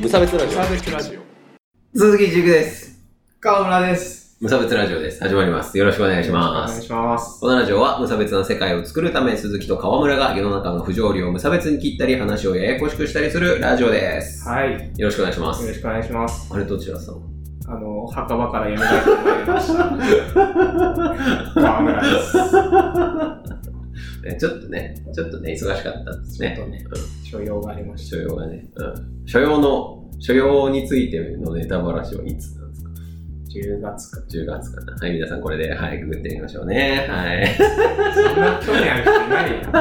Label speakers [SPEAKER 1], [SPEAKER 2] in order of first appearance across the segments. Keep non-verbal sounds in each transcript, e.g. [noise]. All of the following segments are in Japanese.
[SPEAKER 1] 無差別ラ
[SPEAKER 2] 無
[SPEAKER 1] ジ
[SPEAKER 2] 差
[SPEAKER 1] オ。
[SPEAKER 2] 別ラジオ
[SPEAKER 3] 鈴木塾です。
[SPEAKER 2] 川村です
[SPEAKER 1] 無差別ラジオです。始まります。よろしくお願いしま
[SPEAKER 2] お願い
[SPEAKER 1] す。
[SPEAKER 2] します
[SPEAKER 1] このラジオは無差別な世界を作るため、鈴木と河村が世の中の不条理を無差別に切ったり、話をややこしくしたりするラジオです。
[SPEAKER 2] はいよ
[SPEAKER 1] よろしくお願いしま
[SPEAKER 2] ろ
[SPEAKER 1] す。
[SPEAKER 2] しくお願いします
[SPEAKER 1] あれ、どちらさん
[SPEAKER 2] あの墓場からやめたいと思いました川村です
[SPEAKER 1] えちょっとね、ちょっとね、忙しかったです
[SPEAKER 2] ちょ
[SPEAKER 1] ね
[SPEAKER 2] っ。とね
[SPEAKER 1] うん
[SPEAKER 2] 所用がありまし
[SPEAKER 1] 所要がね。うん。所要の、所要についてのネタばらしはいつなんですか
[SPEAKER 2] た10月か
[SPEAKER 1] ?10 月かな。はい、皆さんこれで、はい、ググってみましょうね。はい。
[SPEAKER 2] そんな興味ある人いないよ
[SPEAKER 1] いや、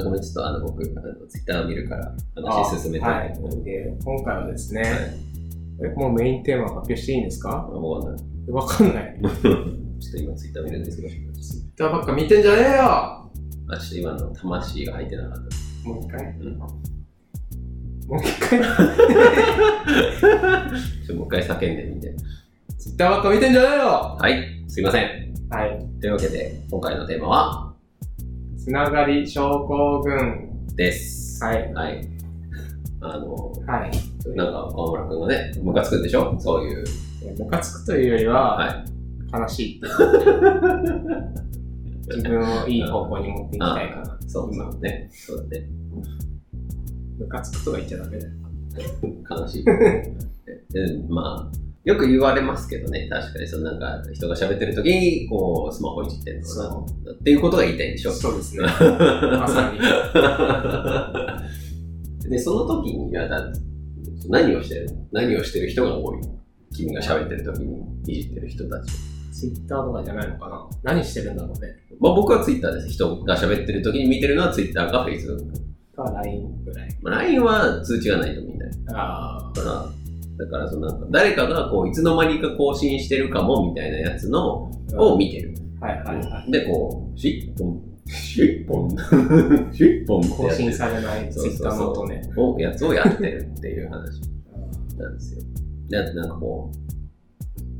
[SPEAKER 1] あごめん、ちょっとあの僕、あのツイッター見るから話進めて
[SPEAKER 2] あはい
[SPEAKER 1] うん
[SPEAKER 2] で今回はですね、
[SPEAKER 1] はい
[SPEAKER 2] えもうメインテーマ発表していいんです
[SPEAKER 1] あ
[SPEAKER 2] か
[SPEAKER 1] わかんない。 [laughs]
[SPEAKER 2] わかんない
[SPEAKER 1] ちょっと今ツイッター見るんですけ
[SPEAKER 2] じ
[SPEAKER 1] ど、
[SPEAKER 2] ゃあばっか見てんじゃねえよ
[SPEAKER 1] あ、ちょっと今の魂が入ってなかった。
[SPEAKER 2] もう一回 [laughs]
[SPEAKER 1] うん
[SPEAKER 2] もう一回
[SPEAKER 1] ちょっともう一回叫んでみて。
[SPEAKER 2] ツイッターばっか見てんじゃねえよ
[SPEAKER 1] はい、すいません。
[SPEAKER 2] はい。
[SPEAKER 1] というわけで、今回のテーマは、
[SPEAKER 2] つながり症候群。
[SPEAKER 1] です。
[SPEAKER 2] はい。
[SPEAKER 1] はい。あの、
[SPEAKER 2] はい。
[SPEAKER 1] なんか、河村くんがね、ムカつくんでしょそういう。
[SPEAKER 2] いやムカつくというよりは、
[SPEAKER 1] はい。
[SPEAKER 2] 悲し [laughs] い。自分をいい方向に持っていきたいかな。
[SPEAKER 1] そうそうね。そうだね。
[SPEAKER 2] ムカつくとか言っちゃダメだよ。[laughs]
[SPEAKER 1] 悲しい。うん、まあ、よく言われますけどね、確かに、そのなんか、人が喋ってる時に、こう、スマホいじってるのか
[SPEAKER 2] そ
[SPEAKER 1] な、っていうことが言いたいんでしょ。
[SPEAKER 2] そうですね。まさに。
[SPEAKER 1] [laughs] で、その時にはだ、何をしてる何をしてる人が多い君が喋ってる時にいじってる人たち。
[SPEAKER 2] ツイッターとかじゃないのかな。何してるんだろうね。
[SPEAKER 1] まあ僕はツイッターです。人が喋ってる時に見てるのはツイッターか Facebook。
[SPEAKER 2] とは LINE ぐらい。
[SPEAKER 1] まあ LINE は通知がないとみんな
[SPEAKER 2] あ
[SPEAKER 1] から、だからそのなんか誰かがこういつの間にか更新してるかもみたいなやつの
[SPEAKER 2] あ。
[SPEAKER 1] を見てる。
[SPEAKER 2] はいはいはい。
[SPEAKER 1] で、こう、しっぽん、しっぽ [laughs] ん、しっぽんって
[SPEAKER 2] 更
[SPEAKER 1] やって
[SPEAKER 2] 新
[SPEAKER 1] る
[SPEAKER 2] されないツイッターの音ね。
[SPEAKER 1] をやつをやってるっていう話なんですよ。で、あとなんかこ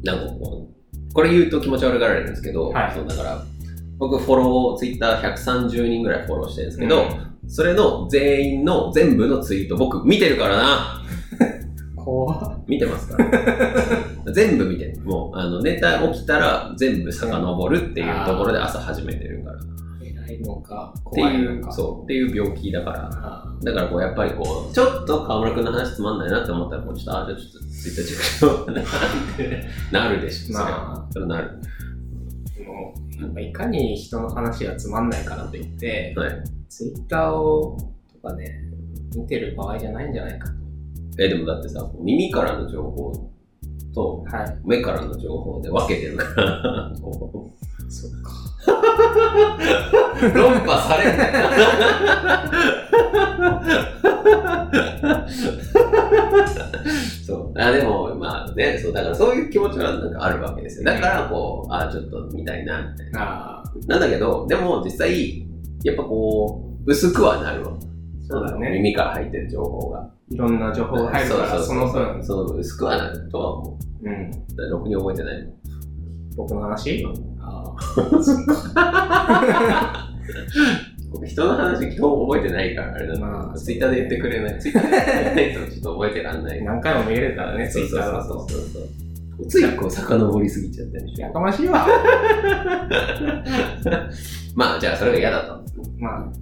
[SPEAKER 1] う、なんかこう、これ言うと気持ち悪がられるんですけど、
[SPEAKER 2] はい
[SPEAKER 1] そうだから、僕フォロー、ツイッター130人ぐらいフォローしてるんですけど、
[SPEAKER 2] う
[SPEAKER 1] それの全員の全部のツイート僕見てるからな
[SPEAKER 2] 怖っ
[SPEAKER 1] 見てますから
[SPEAKER 2] [laughs]
[SPEAKER 1] 全部見てるもうあのネタ起きたら全部遡るっていうところで朝始めてるからっ
[SPEAKER 2] 偉いのか、
[SPEAKER 1] て
[SPEAKER 2] 怖い
[SPEAKER 1] い
[SPEAKER 2] の
[SPEAKER 1] う
[SPEAKER 2] か。
[SPEAKER 1] そうっていう病気だから
[SPEAKER 2] あ
[SPEAKER 1] だからこうやっぱりこうちょっと河村君の話つまんないなって思ったらこうちょっとあじゃあちょっとツイッターチェックしようなるでしょそれは、
[SPEAKER 2] ま
[SPEAKER 1] それはな
[SPEAKER 2] あ、
[SPEAKER 1] る
[SPEAKER 2] でもなんかいかに人の話がつまんないからといって、
[SPEAKER 1] はい
[SPEAKER 2] ツイッターをとかね、見てる場合じゃないんじゃないかと。
[SPEAKER 1] えでもだってさ耳からの情報と
[SPEAKER 2] はい。
[SPEAKER 1] 目からの情報で分けてるからこ
[SPEAKER 2] そっか。
[SPEAKER 1] う論破されないそう。あでも、まあね、そう、だからそういう気持ちはなんかあるわけですよ。だから、こう、あちょっと見たいな、みたいな。
[SPEAKER 2] ああ、
[SPEAKER 1] なんだけど、でも実際、やっぱこう、薄くはなるわ。
[SPEAKER 2] そうだね
[SPEAKER 1] 耳から入ってる情報が。
[SPEAKER 2] いろんな情報が入るから、その分、
[SPEAKER 1] その分薄くはなるとは思
[SPEAKER 2] うん。
[SPEAKER 1] う。だからろくに覚えてないもん。
[SPEAKER 2] 僕の話あ
[SPEAKER 1] 僕人の話、基本覚えてないから、あれだな。
[SPEAKER 2] まあ
[SPEAKER 1] ツイッターで言ってくれない。ツイッターで言ってないとちょっと覚えてらんな
[SPEAKER 2] あ、
[SPEAKER 1] い。
[SPEAKER 2] 何回も見れるからね、ツ
[SPEAKER 1] [laughs] そ
[SPEAKER 2] イッ
[SPEAKER 1] うそう
[SPEAKER 2] ターだ
[SPEAKER 1] そ
[SPEAKER 2] と。
[SPEAKER 1] うそうそう。ついこう遡りすぎちゃったりして
[SPEAKER 2] やかましいわ。
[SPEAKER 1] まあ、じゃあそれが嫌だと。
[SPEAKER 2] [laughs] まあ、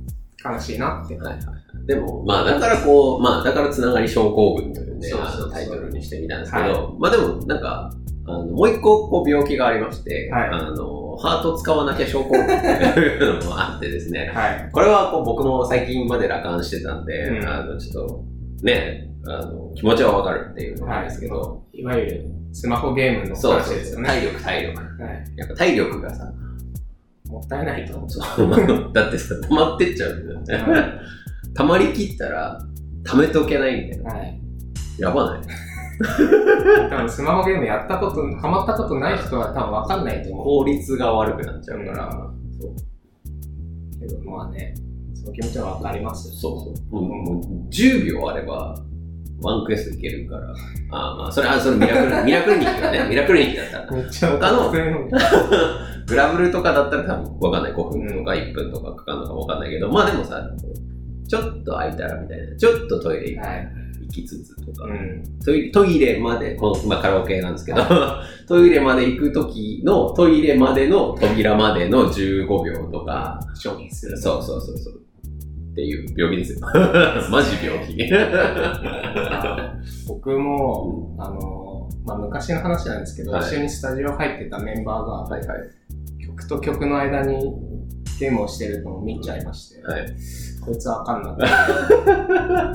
[SPEAKER 2] 悲しいなって。
[SPEAKER 1] はいはいはい、でも、まあだからこう、まあだからつながり症候群というね、
[SPEAKER 2] そうそうそう
[SPEAKER 1] あのタイトルにしてみたんですけど、まあでもなんか、あのもう一個こう病気がありまして、
[SPEAKER 2] はい
[SPEAKER 1] あの、ハート使わなきゃ症候群っていうのもあってですね、
[SPEAKER 2] はい。
[SPEAKER 1] これはこう僕も最近まで楽観してたん
[SPEAKER 2] う
[SPEAKER 1] で、
[SPEAKER 2] ん
[SPEAKER 1] あの、ちょっと、ね、あの、気持ちはわかるっていうのなんですけど、
[SPEAKER 2] いわゆる、スマホゲームの
[SPEAKER 1] そう
[SPEAKER 2] 話
[SPEAKER 1] そう
[SPEAKER 2] ですよね。
[SPEAKER 1] 体力、体力。
[SPEAKER 2] はい。
[SPEAKER 1] やっぱ体力がさ、
[SPEAKER 2] もったいないと。 [laughs]
[SPEAKER 1] そう、 [laughs] だってさ、溜まってっちゃうんだよね。溜まりきったら、溜めとけないみたいな。
[SPEAKER 2] はい。
[SPEAKER 1] やばない
[SPEAKER 2] 多分、スマホゲームやったこと、ハマったことない人は多分わかんないと思う。
[SPEAKER 1] 効率が悪くなっちゃうから、
[SPEAKER 2] けどまあね、その気持ちはわかります。
[SPEAKER 1] そうそう、もうもう10秒あればワンクエストいけるからあーまあそれはそれミラクルミラクル日記だねミラクル日記だった
[SPEAKER 2] [laughs]
[SPEAKER 1] ら
[SPEAKER 2] めっちゃ
[SPEAKER 1] 他の
[SPEAKER 2] 普通の
[SPEAKER 1] グラブルとかだったら多分わかんない5分とか1分とかかかるのかわかんないけどまあでもさちょっと空いたらみたいな、ちょっとトイレ
[SPEAKER 2] はい。 [laughs]
[SPEAKER 1] 行きつつとか、
[SPEAKER 2] うん。
[SPEAKER 1] トイレトイレまで、この、まあ、カラオケなんですけど、トイレまで行く時の、トイレまでの扉までの15秒とか、
[SPEAKER 2] 商品する。
[SPEAKER 1] そうそうそうそう。っていう病気ですよ。
[SPEAKER 2] [laughs]
[SPEAKER 1] マジ病気。
[SPEAKER 2] あ僕も、あの、まあ、昔の話なんですけど、
[SPEAKER 1] はい
[SPEAKER 2] 一緒にスタジオ入ってたメンバーが、
[SPEAKER 1] はいはい。
[SPEAKER 2] 曲と曲の間にゲームをしてるのを見ちゃいまして、
[SPEAKER 1] はい。
[SPEAKER 2] こいつはあかんな
[SPEAKER 1] [laughs]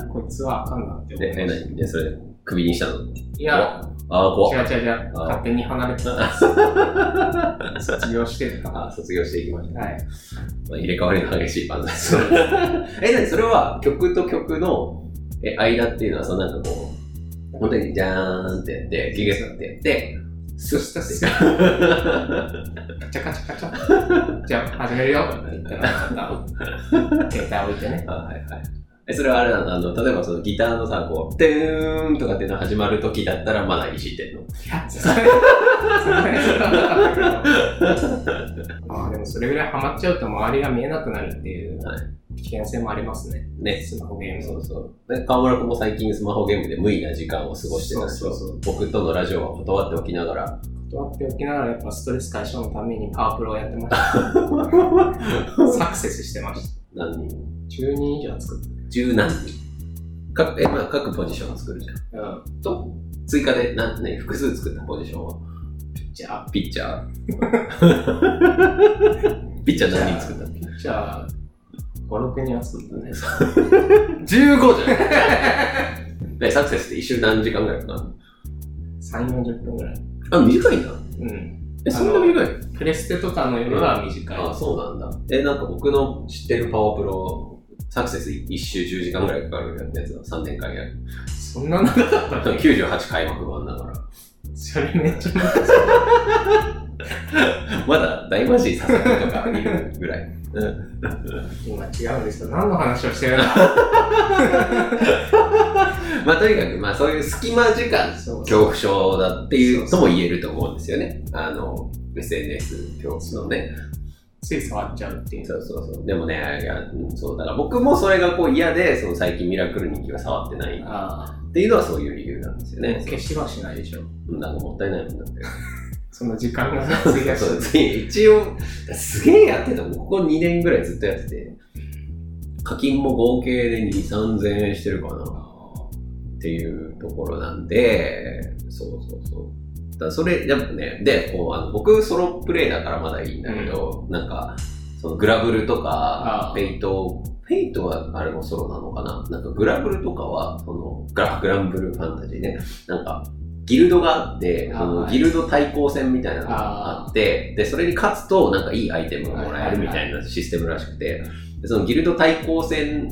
[SPEAKER 2] っ て。こいつはあかんなって思
[SPEAKER 1] で、
[SPEAKER 2] い
[SPEAKER 1] え、
[SPEAKER 2] まし
[SPEAKER 1] 何で、それ、首にしたの
[SPEAKER 2] た。いや、
[SPEAKER 1] ああ、
[SPEAKER 2] 違
[SPEAKER 1] 怖
[SPEAKER 2] う
[SPEAKER 1] っ。
[SPEAKER 2] 違う違う、
[SPEAKER 1] あ
[SPEAKER 2] 勝手に離れてた。卒業してるか
[SPEAKER 1] あ
[SPEAKER 2] ら。
[SPEAKER 1] あ、卒業していきました。
[SPEAKER 2] はい。
[SPEAKER 1] まあ入れ替わりの激しいバンドです。え、何それは曲と曲のえ間っていうのは、そのなんかこう、本当にジャーンってやって、ギュギュってやって、
[SPEAKER 2] そしたら、カチャカチャカチャ。じゃあ、始める
[SPEAKER 1] [laughs]
[SPEAKER 2] よって言ったら、また、携帯置いてね。
[SPEAKER 1] あはいはい。え、それはあれなのあの、例えばそのギターのさ、こう、てーんとかっていうの始まる時だったらまだいじってん
[SPEAKER 2] い
[SPEAKER 1] の。
[SPEAKER 2] や、 [laughs] それ、それ、それはなかったけど。
[SPEAKER 1] [laughs]
[SPEAKER 2] ああでもそれぐらいハマっちゃうと周りが見えなくなるっていう
[SPEAKER 1] は
[SPEAKER 2] 危険性もありますね。
[SPEAKER 1] ね。
[SPEAKER 2] スマホゲーム
[SPEAKER 1] そ
[SPEAKER 2] の。
[SPEAKER 1] うそう。で、河村君も最近スマホゲームで無意な時間を過ごしてたんですよ。
[SPEAKER 2] そう
[SPEAKER 1] 僕とのラジオは断っておきながら。
[SPEAKER 2] 断っておきながらやっぱストレス解消のためにパワープロをやってま
[SPEAKER 1] [laughs]
[SPEAKER 2] した。サクセスしてました。
[SPEAKER 1] 何人
[SPEAKER 2] 10人以上作っ
[SPEAKER 1] 十何人各、え、まあ各ポジション作るじゃん。
[SPEAKER 2] た。うん。
[SPEAKER 1] と、追加で、なん、ね、複数作ったポジションは、
[SPEAKER 2] じゃあ、
[SPEAKER 1] ピッチャ [laughs] ー。ピッチャー何人作ったの
[SPEAKER 2] じゃあ、5、6人は作ったね。
[SPEAKER 1] ?15 じゃんで、サクセスって一周何時間ぐらいかな
[SPEAKER 2] 3、40分ぐらい。
[SPEAKER 1] あ、短いんだ。
[SPEAKER 2] うん。
[SPEAKER 1] え、そんな短い
[SPEAKER 2] プレステとかのよりは短い。
[SPEAKER 1] あ、そうなんだ。え、なんか僕の知ってるパワープロ、サクセス一周10時間ぐらいかかるやつだ。3年間やる。
[SPEAKER 2] そんな長かったの
[SPEAKER 1] 98開幕版だから。
[SPEAKER 2] それめっちゃ
[SPEAKER 1] [laughs] まだ大魔神佐々木とかいるぐらい。
[SPEAKER 2] 今違うんですけど、何の話をしてるんだ
[SPEAKER 1] [laughs] まあとにかく、まあそういう隙間時間
[SPEAKER 2] そう
[SPEAKER 1] 恐怖症だっていうとも言えると思うんですよね。あの、SNS 恐怖のね。
[SPEAKER 2] つい触っちゃうっていう。
[SPEAKER 1] そうそうそう。でもね、いや、うんそう、だから僕もそれがこう嫌で、その最近ミラクル日記は触ってないっ
[SPEAKER 2] あ
[SPEAKER 1] ていうのはそういう理由なんですよ
[SPEAKER 2] あ、ね、
[SPEAKER 1] ね。
[SPEAKER 2] 消しはしないでしょ。
[SPEAKER 1] うんなんかもったいないもんだって。
[SPEAKER 2] [laughs] その時間がね、費やし
[SPEAKER 1] そうですね。一応、すげえやってたもん。ここ2年ぐらいずっとやってて。課金も合計で2、3000円してるかな。っていうところなんで、そうそうそう。だからそれ、やっぱね、で、こう、あの僕、ソロプレイだからまだいいんだけど、なんか、そのグラブルとか
[SPEAKER 2] あ、ー
[SPEAKER 1] フェイト、フェイトはあれもソロなのかななんかグラブルとかは、そのグラ、グランブルーファンタジーね。なんか、ギルドがあって、
[SPEAKER 2] あー
[SPEAKER 1] その
[SPEAKER 2] はい
[SPEAKER 1] ギルド対抗戦みたいなのがあって、で、それに勝つと、なんかいいアイテムがもらえるみたいなシステムらしくて、でそのギルド対抗戦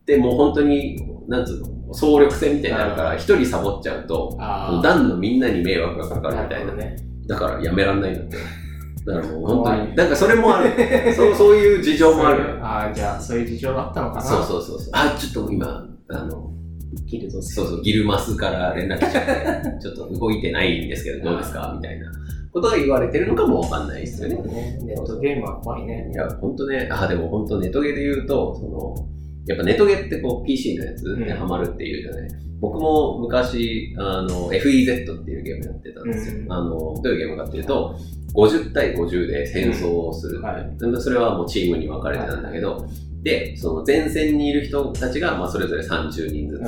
[SPEAKER 1] ってもう本当に、なんつうの、総力戦みたいになるから、一人サボっちゃうと、
[SPEAKER 2] ああ、
[SPEAKER 1] 団のみんなに迷惑がかかるみ
[SPEAKER 2] な
[SPEAKER 1] たい
[SPEAKER 2] る
[SPEAKER 1] な
[SPEAKER 2] ほど。ね。
[SPEAKER 1] だからやめらんないんだって。だからもう本当
[SPEAKER 2] 怖
[SPEAKER 1] に、なんかそれもある。そうそういう事情もあ
[SPEAKER 2] そうい
[SPEAKER 1] る
[SPEAKER 2] う。ああ、じゃあ、そういう事情があったのかな。
[SPEAKER 1] [laughs] そうそうそうそう。あ、ちょっと今、あの、
[SPEAKER 2] ギルド戦
[SPEAKER 1] そうそう、ギルマスから連絡来ちゃって、ちょっと動いてないんですけど、どうですかみたいなことが言われてるのかもわかんないですよね。
[SPEAKER 2] ね。ネットゲームは怖いね
[SPEAKER 1] い。や、ほんとね、あ、でもほんとネトゲで言うと、その、やっぱネトゲってこう PC のやつ
[SPEAKER 2] うん
[SPEAKER 1] でハマるっていうじゃない、僕も昔、あの、FEZ っていうゲームやってたんですよ。
[SPEAKER 2] うん
[SPEAKER 1] あの、どういうゲームかっていうと、50対50で戦争をする。
[SPEAKER 2] はい。
[SPEAKER 1] でそれはもうチームに分かれてたんだけど、で、その前線にいる人たちが、まあ、それぞれ30人ずつ、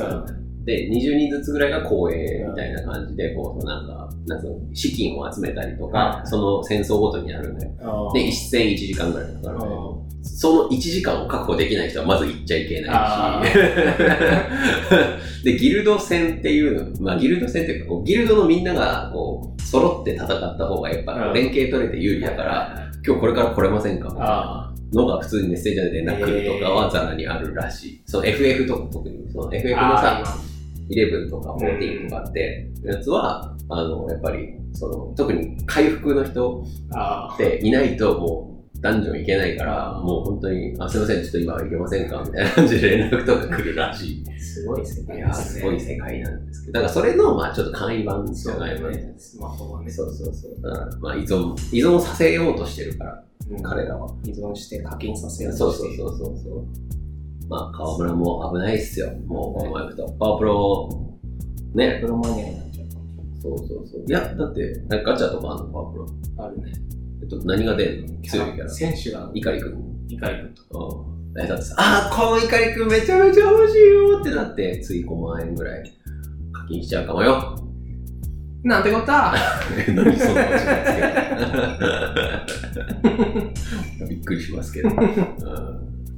[SPEAKER 1] で、20人ずつぐらいが公営みたいな感じで、こう、なんか、なんかその資金を集めたりとか、その戦争ごとにやるんだよで、一戦1時間ぐらいかかるんだけどその1時間を確保できない人はまず行っちゃいけ
[SPEAKER 2] あ
[SPEAKER 1] ないし、 [laughs] で、ギルド戦っていうの、まあ、ギルド戦っていうかこう、ギルドのみんなが、こう、揃って戦った方が、やっぱ
[SPEAKER 2] う、ん
[SPEAKER 1] 連携取れて有利だから、
[SPEAKER 2] ら、
[SPEAKER 1] 今日これから来れませんかみたいな
[SPEAKER 2] あ
[SPEAKER 1] のが、普通にメッセージで連絡来るとかはざらにあるらしい。その FF とか特に、その
[SPEAKER 2] あ、
[SPEAKER 1] FF のさ、
[SPEAKER 2] あ
[SPEAKER 1] 11とか14とかって、やつは、あの、やっぱり、その、特に回復の人、
[SPEAKER 2] あああ
[SPEAKER 1] でいないともうダンジョン行けないから、
[SPEAKER 2] あー
[SPEAKER 1] もう本当に、あ、すいません、ちょっと今行けませんかみたいな感じで連絡とか来るらしい。い
[SPEAKER 2] すごい世界
[SPEAKER 1] や
[SPEAKER 2] で
[SPEAKER 1] ー、
[SPEAKER 2] す
[SPEAKER 1] す
[SPEAKER 2] ね。
[SPEAKER 1] ごい世界なんですけど、だからそれの、まあちょっと簡易版じ
[SPEAKER 2] そ
[SPEAKER 1] ゃ
[SPEAKER 2] う
[SPEAKER 1] な
[SPEAKER 2] だ
[SPEAKER 1] い
[SPEAKER 2] よ
[SPEAKER 1] のね。
[SPEAKER 2] ね。スマホはね。
[SPEAKER 1] そうそうそう。だから、まあ依存、依存させようとしてるから、
[SPEAKER 2] うん
[SPEAKER 1] 彼らは。
[SPEAKER 2] 依存して課金させ
[SPEAKER 1] そ
[SPEAKER 2] よ
[SPEAKER 1] う
[SPEAKER 2] う
[SPEAKER 1] そ
[SPEAKER 2] と
[SPEAKER 1] う
[SPEAKER 2] して
[SPEAKER 1] そ
[SPEAKER 2] いる
[SPEAKER 1] うそうそう。まあ、河村も危ないっすよ。もう、このまま行くと。パワープロ、ね。
[SPEAKER 2] プロマニアになっちゃうかも
[SPEAKER 1] そうそうそう。いや、だって、なんかガチャとかあんの、パワープロ。
[SPEAKER 2] あるね。
[SPEAKER 1] えっと、何が出んの強いキャラ。
[SPEAKER 2] 選手が、
[SPEAKER 1] 碇くん。
[SPEAKER 2] いかにと。
[SPEAKER 1] うん。え、だってさ、あー、この碇くんめちゃめちゃ欲しいよってなって、つい5万円ぐらい課金しちゃうかもよ。 [laughs]
[SPEAKER 2] なんてことは、
[SPEAKER 1] 何そんなけ [laughs] びっくりしますけど。うん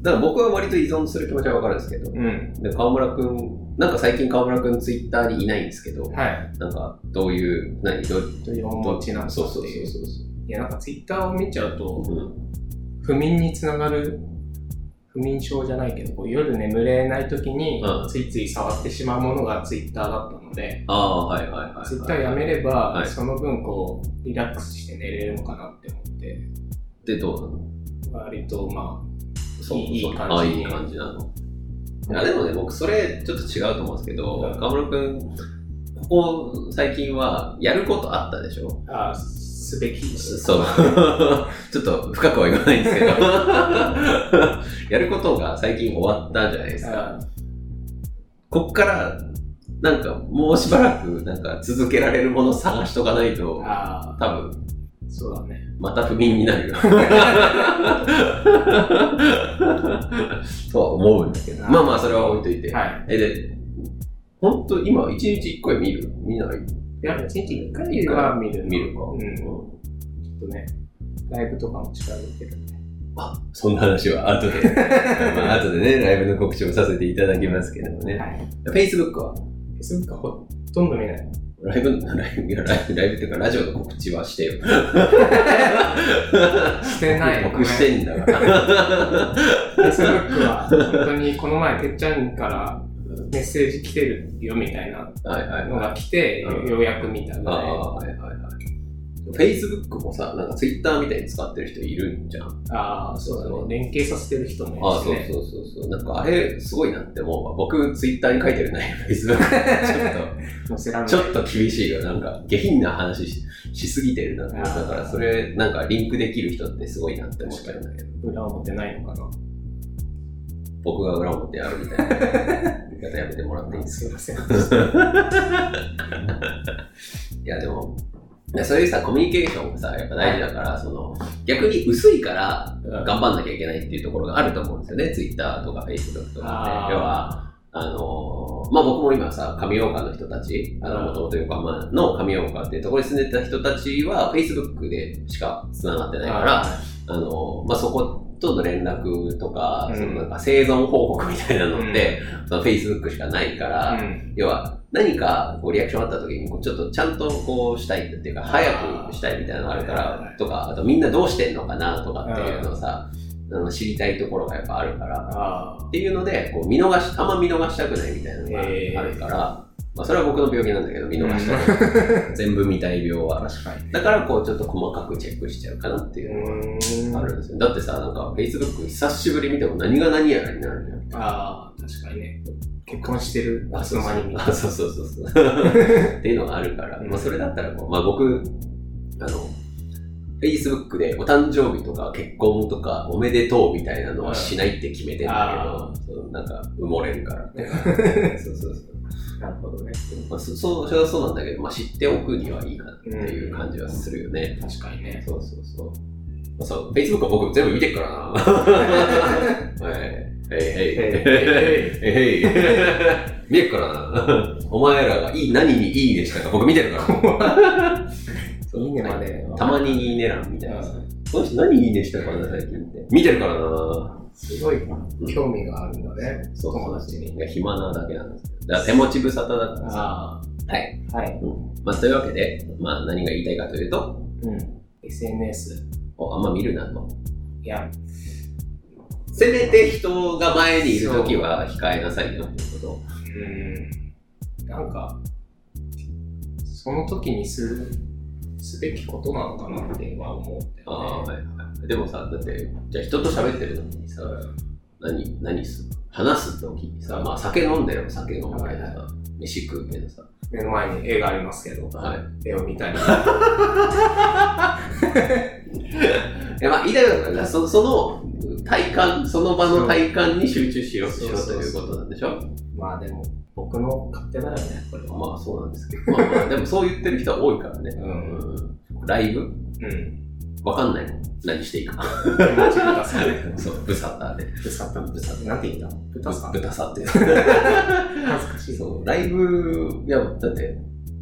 [SPEAKER 1] だから僕は割と依存する気持ちはわかるんですけど、
[SPEAKER 2] うん。
[SPEAKER 1] で川村くん、なんか最近川村くんツイッターにいないんですけど、
[SPEAKER 2] はい。
[SPEAKER 1] なんかどういう、何、どう
[SPEAKER 2] というお
[SPEAKER 1] ど
[SPEAKER 2] 持ちなん
[SPEAKER 1] そうそう
[SPEAKER 2] っ
[SPEAKER 1] そう
[SPEAKER 2] て
[SPEAKER 1] そ
[SPEAKER 2] いう
[SPEAKER 1] う
[SPEAKER 2] いや、なんかツイッターを見ちゃうと、
[SPEAKER 1] そう、うん
[SPEAKER 2] 不眠につながる、不眠症じゃないけど、こう夜眠れない時に
[SPEAKER 1] うん、
[SPEAKER 2] ついつい触ってしまうものがツイッターだったので、
[SPEAKER 1] ああ、はいはいはい、はい。
[SPEAKER 2] ツイッターやめれば、
[SPEAKER 1] はい
[SPEAKER 2] その分こう、リラックスして寝れるのかなって思って、
[SPEAKER 1] で、どうなの
[SPEAKER 2] 割とま
[SPEAKER 1] そう
[SPEAKER 2] いい
[SPEAKER 1] そう
[SPEAKER 2] 感じ
[SPEAKER 1] ああ、いい感じなの。いや、でもね、僕それちょっと違うと思うんですけど、
[SPEAKER 2] うん
[SPEAKER 1] 川村くん、ここ最近はやることあったでしょ
[SPEAKER 2] あ、あすべき
[SPEAKER 1] そう。 [laughs] ちょっと深くは言わないんですけど。 [laughs] やることが最近終わったじゃないです
[SPEAKER 2] あ
[SPEAKER 1] か。こっから、なんかもうしばらく、なんか続けられるもの探しとかないと、
[SPEAKER 2] あ、
[SPEAKER 1] 多分、
[SPEAKER 2] そうだね。
[SPEAKER 1] また不眠になるよ。 [laughs] とは思うんだけど。まあまあ、それは置いといて。
[SPEAKER 2] はい。
[SPEAKER 1] え、で、ほんと今、一日一回見る見ない
[SPEAKER 2] いや、1日1回は見るな。
[SPEAKER 1] 見るか。
[SPEAKER 2] うん。ちょっとね、ライブとかも近づいてるんで。
[SPEAKER 1] あ、そんな話は [laughs] 後で。まあ、後でね、ライブの告知をさせていただきますけどもね。
[SPEAKER 2] はい。
[SPEAKER 1] Facebook は
[SPEAKER 2] そっか、ほとんど見ない。
[SPEAKER 1] ライブ、 [laughs] ライブ、いやライブ、ライブっていうか、ラジオの告知はしてよ。
[SPEAKER 2] してない。
[SPEAKER 1] 僕してんだから。
[SPEAKER 2] Facebook は、本当にこの前、てっちゃんからメッセージ来てるよみたいな
[SPEAKER 1] はいはい
[SPEAKER 2] の
[SPEAKER 1] はい。
[SPEAKER 2] が来て、
[SPEAKER 1] うん
[SPEAKER 2] ようやく見たぐ
[SPEAKER 1] あ
[SPEAKER 2] らい。
[SPEAKER 1] あ、はいはいはい。Facebook もさ、なんか Twitter みたいに使ってる人いるんじゃん。
[SPEAKER 2] ああ、そうだね。連携させてる人もい
[SPEAKER 1] あ
[SPEAKER 2] るし
[SPEAKER 1] あ、そう
[SPEAKER 2] ね。
[SPEAKER 1] そうそうそう。なんかあれ、すごいなって思うわ。僕、Twitter に書いてるね、Facebook。 [laughs]
[SPEAKER 2] 載せらんない
[SPEAKER 1] ちょっと厳しいよ。なんか、下品な話ししすぎてるなって。
[SPEAKER 2] あ
[SPEAKER 1] だ
[SPEAKER 2] ー
[SPEAKER 1] から、それ、なんか、リンクできる人ってすごいなって思ったんだけど、
[SPEAKER 2] 裏表ないのかな。
[SPEAKER 1] 僕が裏表やるみたいな言い方やめてもらっていいですか
[SPEAKER 2] すいません。
[SPEAKER 1] いや、でも、いやそういうさ、コミュニケーションがさ、やっぱ大事だから、その、逆に薄いから、頑張んなきゃいけないっていうところがあると思うんですよね。Twitter とか Facebook とか
[SPEAKER 2] あ
[SPEAKER 1] っ
[SPEAKER 2] ー
[SPEAKER 1] て。要は、あのーまあ、僕も今さ、上岡の人たち、あの、
[SPEAKER 2] うん
[SPEAKER 1] もともと横浜の上岡っていうところに住んでた人たちは、Facebook でしか繋がってないから、あの、まあ、そことの連絡とか、
[SPEAKER 2] うん
[SPEAKER 1] そのなんか生存報告みたいなのって、その Facebook しかないから、
[SPEAKER 2] うん、
[SPEAKER 1] 要は何かこうリアクションあった時にこうちょっとちゃんとこうしたいっていうか、早くしたいみたいなのがあるか
[SPEAKER 2] はいはい
[SPEAKER 1] ら
[SPEAKER 2] は、い
[SPEAKER 1] とか、あとみんなどうしてんのかなとかっていうのをさ、あの知りたいところがやっぱあるから、
[SPEAKER 2] ああ
[SPEAKER 1] っ、ていうので、こう見逃し、あんま見逃したくないみたいなのがあるから、まあ、それは僕の病気なんだけど、見逃したくない。全部見たい病は。
[SPEAKER 2] 確かに。
[SPEAKER 1] だからこうちょっと細かくチェックしちゃうかなっていうのは
[SPEAKER 2] うーん。
[SPEAKER 1] あるんですよ。だってさ、なんか Facebook 久しぶり見ても何が何やらになるのよ。
[SPEAKER 2] ああ、確かにね。結婚してる、あその間に見
[SPEAKER 1] あ
[SPEAKER 2] た。
[SPEAKER 1] そうそうそう [laughs] そう。っていうのがあるから、
[SPEAKER 2] うん
[SPEAKER 1] まあそれだったらこう、まあ僕、あの、Facebook でお誕生日とか結婚とかおめでとうみたいなのはしないって決めてんだけど、そうなんか埋もれるから。 [laughs] そうそうそう。
[SPEAKER 2] なるほどね。
[SPEAKER 1] まあそそう、それはそうなんだけど、まあ知っておくにはいいかなっていう感じはするよね。
[SPEAKER 2] 確かにね。
[SPEAKER 1] そうそうそう。まあ、そう、Facebook は僕全部見てっからな。
[SPEAKER 2] [laughs]
[SPEAKER 1] [laughs] はい。へいへい。へいへい。見てっからな。お前らがいい、何にいいでしたか僕見てるから。 [laughs] そう
[SPEAKER 2] いいねま。で。
[SPEAKER 1] たまにいいね欄みたいな。この人何いいねしたからな、最近って。見てるからな。
[SPEAKER 2] すごい興味があるんだね。
[SPEAKER 1] そう
[SPEAKER 2] 友達に
[SPEAKER 1] いや暇なだけなんですけど。だから手持ち無沙汰だからさ。
[SPEAKER 2] あ
[SPEAKER 1] はい。
[SPEAKER 2] あ、はい。
[SPEAKER 1] まあ、というわけで、まあ、何が言いたいかというと、
[SPEAKER 2] うん。SNS。
[SPEAKER 1] おあんま見るなと。
[SPEAKER 2] いや、
[SPEAKER 1] せめて人が前にいるときは控えなさいよっていうことを。
[SPEAKER 2] うん。なんか、その時にする、すべきことなのかなっては思うんだ
[SPEAKER 1] あ
[SPEAKER 2] よ
[SPEAKER 1] あ、
[SPEAKER 2] ね。
[SPEAKER 1] はいはい。でもさ、だって、じゃあ人と喋ってる時にさ、何、何す話す時にさ、まあ酒飲んでれば酒飲むけど
[SPEAKER 2] はい
[SPEAKER 1] さ、飯食うけどさ、
[SPEAKER 2] 目の前に絵がありますけど、
[SPEAKER 1] はい。
[SPEAKER 2] 絵を見たり。
[SPEAKER 1] え、まあ、言いたいことはそその、体感、その場の体感に集中しよう
[SPEAKER 4] そう
[SPEAKER 1] しようと
[SPEAKER 4] そう
[SPEAKER 1] いう
[SPEAKER 4] そ
[SPEAKER 1] こ
[SPEAKER 4] う
[SPEAKER 1] となんでしょ
[SPEAKER 4] まあでも、僕の勝手だよね、これは。
[SPEAKER 1] まあそうなんですけど、まあまあでもそう言ってる人は多いからね。
[SPEAKER 4] うん。
[SPEAKER 1] うん、ライブ
[SPEAKER 4] うん。
[SPEAKER 1] わかんないもん。何していいか。
[SPEAKER 2] 気持ちがさ、
[SPEAKER 1] そう、ブサッターで。
[SPEAKER 4] ぶつかったぶつかった。なんて言ったのぶたさん。
[SPEAKER 1] ブタサって。
[SPEAKER 2] 恥ずかしい。
[SPEAKER 1] そう、ライブ、いや、だって、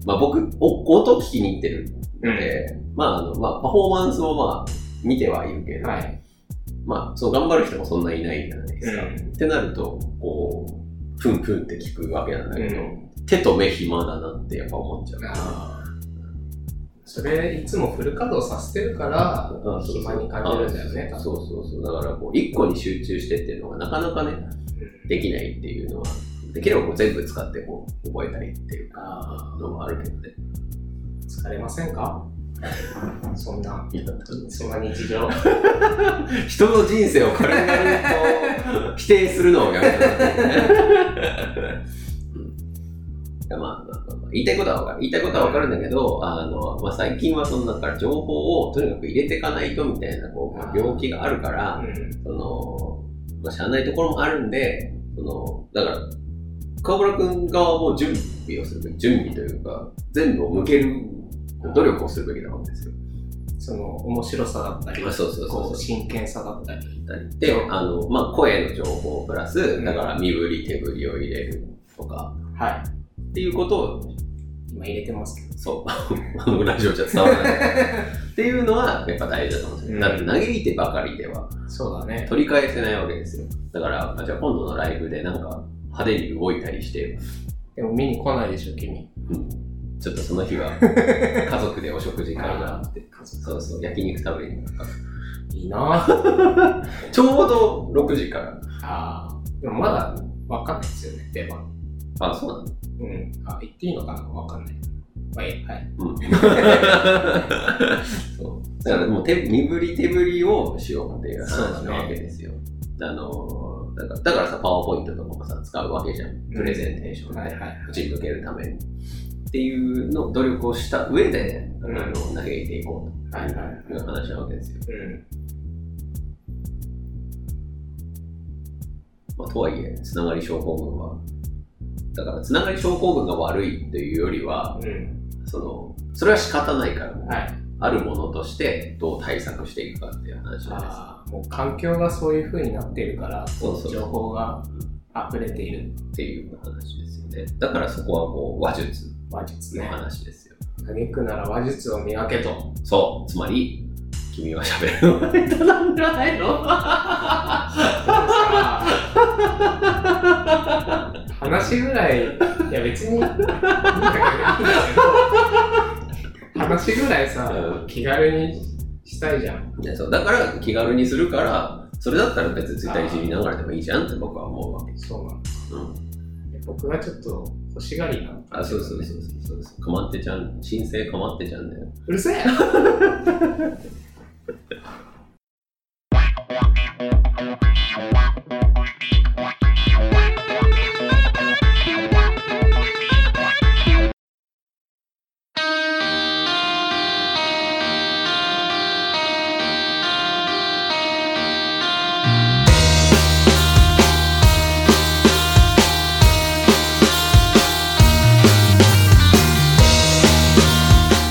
[SPEAKER 1] まあ僕、お音聞きに行ってる
[SPEAKER 2] う
[SPEAKER 1] の
[SPEAKER 2] ん。
[SPEAKER 1] で、まああの、まあパフォーマンスをまあ見てはいるけど、
[SPEAKER 2] はい。
[SPEAKER 1] まあそう頑張る人もそんないないじゃないですか。ってなると、こう、ふんふんって聞くわけなんだけど、
[SPEAKER 2] うん
[SPEAKER 1] 手と目暇だなってやっぱ思っちゃう。
[SPEAKER 2] あーそれ、いつもフル稼働させてるから、
[SPEAKER 1] あそうそう
[SPEAKER 2] 暇に感じるんだよね
[SPEAKER 1] あそうそうそう。だからこう、一個に集中してっていうのがなかなかね、できないっていうのは、できればこう全部使ってこう、覚えたりっていう
[SPEAKER 2] あ
[SPEAKER 1] のもあるけどね。
[SPEAKER 2] ー疲れませんか [laughs] そんな、
[SPEAKER 1] いや
[SPEAKER 2] そんな日 [laughs] 常。
[SPEAKER 1] 人の人生を軽々と否定するのをやめてもらってね [laughs] うんいやまあまあまあ言いたいことは分かる。言いたいことは分かるんだけど、あの、まあ、最近はそのなんか情報をとにかく入れていかないとみたいな、こ
[SPEAKER 2] あー
[SPEAKER 1] う、病気があるから、
[SPEAKER 2] うん
[SPEAKER 1] その、まあ、しゃあないところもあるんで、その、だから、川村くん側も準備をするべき、準備というか、全部を向ける努力をするべきだわけですよ。
[SPEAKER 2] その、面白さだったり、
[SPEAKER 1] そうそうそう
[SPEAKER 2] こ
[SPEAKER 1] そう
[SPEAKER 2] う、。真剣さだったり。
[SPEAKER 1] ったりで、あの、まあ、声の情報プラス、だから身振り手振りを入れるとか、
[SPEAKER 2] はい。
[SPEAKER 1] っていうことを、
[SPEAKER 2] 今入れてますけど。
[SPEAKER 1] そう、 [laughs] あのラジオじゃ伝わら [laughs] ない。っていうのは、やっぱ大事だと思うんですよ。だって嘆いてばかりでは
[SPEAKER 2] そうだね。
[SPEAKER 1] 取り返せないわけですよ。だから、あじゃあ今度のライブでなんか派手に動いたりして、
[SPEAKER 2] でも見に来ないでしょ、君。
[SPEAKER 1] うん、ちょっとその日 [laughs] は家族でお食事会があって、そうそう、焼肉食べに行くか
[SPEAKER 2] いいなぁ。
[SPEAKER 1] ちょうど6時から。
[SPEAKER 2] あーでもまだ分かんないですよね、出番。
[SPEAKER 1] あ、そうなんだ。
[SPEAKER 2] うん。あ、言っていいのかな分かんない。まあ、いいはい。 [laughs]
[SPEAKER 1] うんそうだからもう手身振り手振りをしようっていう話なわけですよ。あのだからだからさ、パワーポイントとかもさ、使うわけじゃん。プレゼンテーションで、
[SPEAKER 2] はいはい。
[SPEAKER 1] 打ち抜けるために。っていうの努力をした上で、あ
[SPEAKER 2] うん
[SPEAKER 1] の嘆いていこうと
[SPEAKER 2] はいはい。
[SPEAKER 1] いう話なわけですよ。
[SPEAKER 2] うん。
[SPEAKER 1] まあ、とはいえ、つながり症候群は、だからつながり症候群が悪いというよりは、
[SPEAKER 2] うん。
[SPEAKER 1] そのそれは仕方ないから、
[SPEAKER 2] はい。
[SPEAKER 1] あるものとしてどう対策していくかっていう話なんですよ。
[SPEAKER 2] あーもう環境がそういう風になっているから、
[SPEAKER 1] そうそう
[SPEAKER 2] 情報が溢れている
[SPEAKER 1] っていう話ですよね。だからそこはもう話術
[SPEAKER 2] 話術
[SPEAKER 1] の
[SPEAKER 2] ね。
[SPEAKER 1] 話ですよ。
[SPEAKER 2] 嘆くなら話術を磨けと。
[SPEAKER 1] そう、つまり、君は喋るのが下手なんじゃないの
[SPEAKER 2] 話ぐらい、いや別にいいんだけど、話ぐらいさ、
[SPEAKER 1] うん
[SPEAKER 2] 気軽にしたいじゃん。
[SPEAKER 1] いやそうだから気軽にするから、それだったら別にツイッターいじりながらでもいいじゃんって僕は思うわけ。
[SPEAKER 2] そうなん
[SPEAKER 1] うん。
[SPEAKER 2] 僕はちょっと欲しがりなのかな
[SPEAKER 1] あ、そうそうそうそうそう。かまってちゃん、申請かまってちゃんだよ。
[SPEAKER 2] うるせえ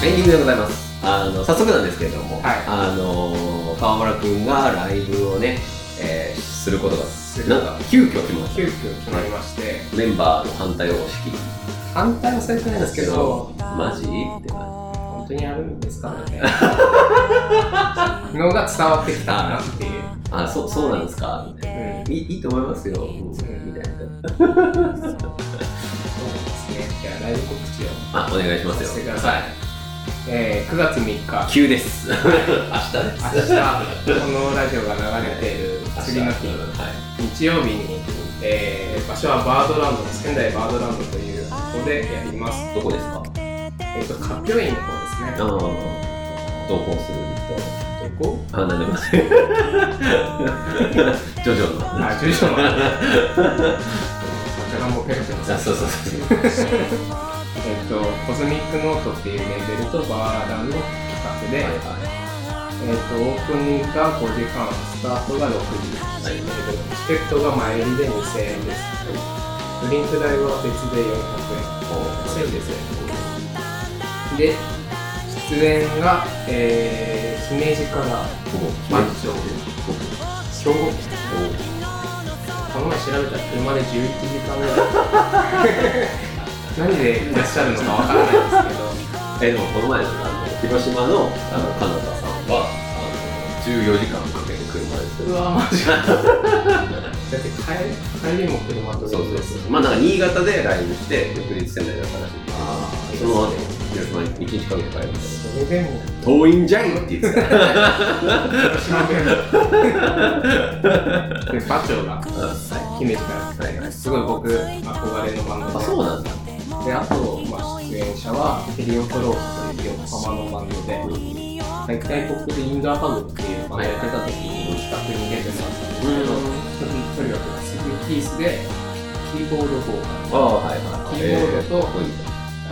[SPEAKER 1] エンディングでございます。あの、早速なんですけれども、
[SPEAKER 2] はい
[SPEAKER 1] あの、川村くんがライブをね、えーすることが、
[SPEAKER 2] する
[SPEAKER 1] なんか急遽決まっ
[SPEAKER 2] 急遽決まりまして、
[SPEAKER 1] た。メンバーの反対を押し切り
[SPEAKER 2] 反対はされてないんですけど、
[SPEAKER 1] マジって感じ。
[SPEAKER 2] 本当にやるんですかねのが伝わってきたなっていう。
[SPEAKER 1] あ、そう、そうなんですかみたいな。
[SPEAKER 2] うん
[SPEAKER 1] いいいいと思いますよ。うんみたいな。
[SPEAKER 2] そうですね。じゃあ、ライブ告知を
[SPEAKER 1] あ、お願いしま
[SPEAKER 2] さ
[SPEAKER 1] す
[SPEAKER 2] せて
[SPEAKER 1] よ。
[SPEAKER 2] ください。えー、9月3日、
[SPEAKER 1] 急です。明日ね。
[SPEAKER 2] 明日、このラジオが流れている次の日、
[SPEAKER 1] は
[SPEAKER 2] 日曜日に、えー場所はバードランド、仙台バードランドというここでやります。
[SPEAKER 1] い。どこですか
[SPEAKER 2] えっ、と、カピョインの方
[SPEAKER 1] あ
[SPEAKER 2] ですね。
[SPEAKER 1] の、同行する
[SPEAKER 2] ど
[SPEAKER 1] 人。
[SPEAKER 2] こ
[SPEAKER 1] あ、なりません。ジョジョの。
[SPEAKER 2] あ、住所の。桜もペロペロ
[SPEAKER 1] あ、そうそうそう。
[SPEAKER 2] えっ、と、コズミックノートっていうレベルとバーランドの企画で、
[SPEAKER 1] はいは
[SPEAKER 2] えっ、と、オープンが5時半、スタートが6時。
[SPEAKER 1] はい
[SPEAKER 2] チケットが前売りで2000円です。ドリンク代は別で400円。安いですね。で、出演が、えー、姫路から
[SPEAKER 1] はい
[SPEAKER 2] 万象、兵庫県。この前調べたら車で11時間ぐらい。
[SPEAKER 1] [laughs]
[SPEAKER 2] 何でいらっしゃるのかわからないですけど。
[SPEAKER 1] えでもこの前のあの広島のあのカナダさんはあの14時間かけて車で [laughs]
[SPEAKER 2] うわマジかだって帰り帰りも車と
[SPEAKER 1] そうそうそうまあなんか新潟でライブして翌日仙台だったらしいけど
[SPEAKER 2] ああ
[SPEAKER 1] その後広島に1日かけて帰るみたい
[SPEAKER 2] それでも
[SPEAKER 1] な遠いんじゃいって言ってた
[SPEAKER 2] 広島弁で馬長が
[SPEAKER 1] は
[SPEAKER 2] 姫路から
[SPEAKER 1] いはい
[SPEAKER 2] すごい僕憧れのバンド
[SPEAKER 1] あ
[SPEAKER 2] で
[SPEAKER 1] そうなんだ
[SPEAKER 2] であと、まあ、出演者はヘリオトロークという横浜のバンドで大体僕でインドアパブっていうバンドやってた時に企画に出てもらったんですけどとにかくスキースでキーボードボーカル
[SPEAKER 1] ああはいはい
[SPEAKER 2] キーボードと
[SPEAKER 1] え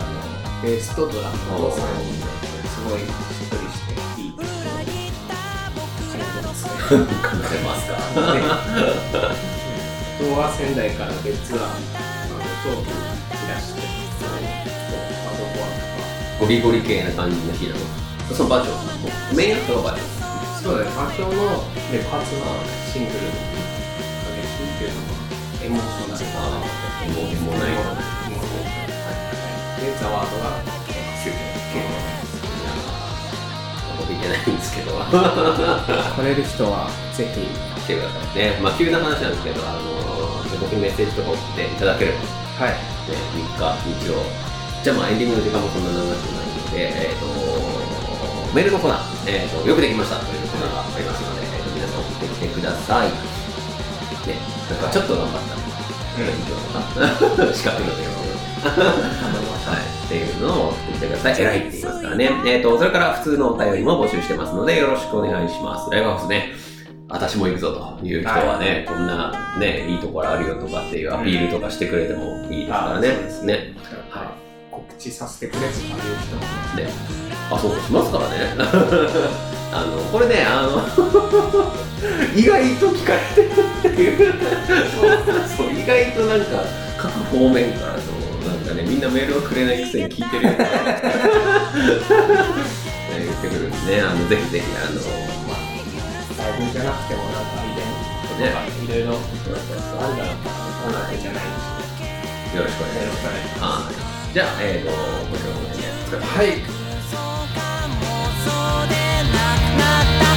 [SPEAKER 1] ー
[SPEAKER 2] あのベースとドラムと3人ですごいしっとりしていい曲を奏でますね。
[SPEAKER 1] いい感じますか
[SPEAKER 2] あとは仙台から別ツアーなどといらして、あとは
[SPEAKER 1] ゴリゴリ系な感じの日なのそのバージョンメインアクトはバージョン
[SPEAKER 2] そうだね、発表のレパートナーシングルの激しいっていうのがエモーショナルな
[SPEAKER 1] ああもうもうないかな
[SPEAKER 2] もので、ザワードが9
[SPEAKER 1] 僕行けないん [laughs] ですけど来
[SPEAKER 2] 来れる人はぜひ
[SPEAKER 1] てくださいねまあ急な話なんですけどあのー僕にメッセージとか送っていただければ
[SPEAKER 2] はい
[SPEAKER 1] で3日日曜じゃあまあエンディングの時間もそんな長くないので、えー、とメールのコーナー、えーと「よくできました」というコーナーがありますので、えーと皆さん送ってきてくださいねなんかちょっと頑
[SPEAKER 2] うん
[SPEAKER 1] 張った勉強とか [laughs] 資格の電話
[SPEAKER 2] 頑張りまし
[SPEAKER 1] はい、っていうのを送ってきてください。偉いって言いますからね。えっ、と、それから普通のお便りも募集してますので、よろしくお願いします。ライブハウスね、私も行くぞという人はね、こんなね、いいところあるよとかっていうアピールとかしてくれてもいいですからね。
[SPEAKER 2] あそうです
[SPEAKER 1] ね。
[SPEAKER 2] はい、告知させてくれとかいう人も
[SPEAKER 1] ね、あそうしますからね [laughs] あのこれねあの [laughs] 意外と聞かれてるっていうそう意外となんか各方面からそうなんかねみんなメールをくれないくせに聞いてるよ [laughs] ねね言ってくるんでねあのぜひぜひあの
[SPEAKER 2] まあ、ライブじゃなくてもなんかイベントとかいろいろ
[SPEAKER 1] そうそうそ
[SPEAKER 2] あ
[SPEAKER 1] う
[SPEAKER 2] るだろうから音楽じゃない
[SPEAKER 1] よろしくお願いします
[SPEAKER 2] し
[SPEAKER 1] はいじゃあえっ、とこちらもね
[SPEAKER 2] はい
[SPEAKER 5] そうでなくなった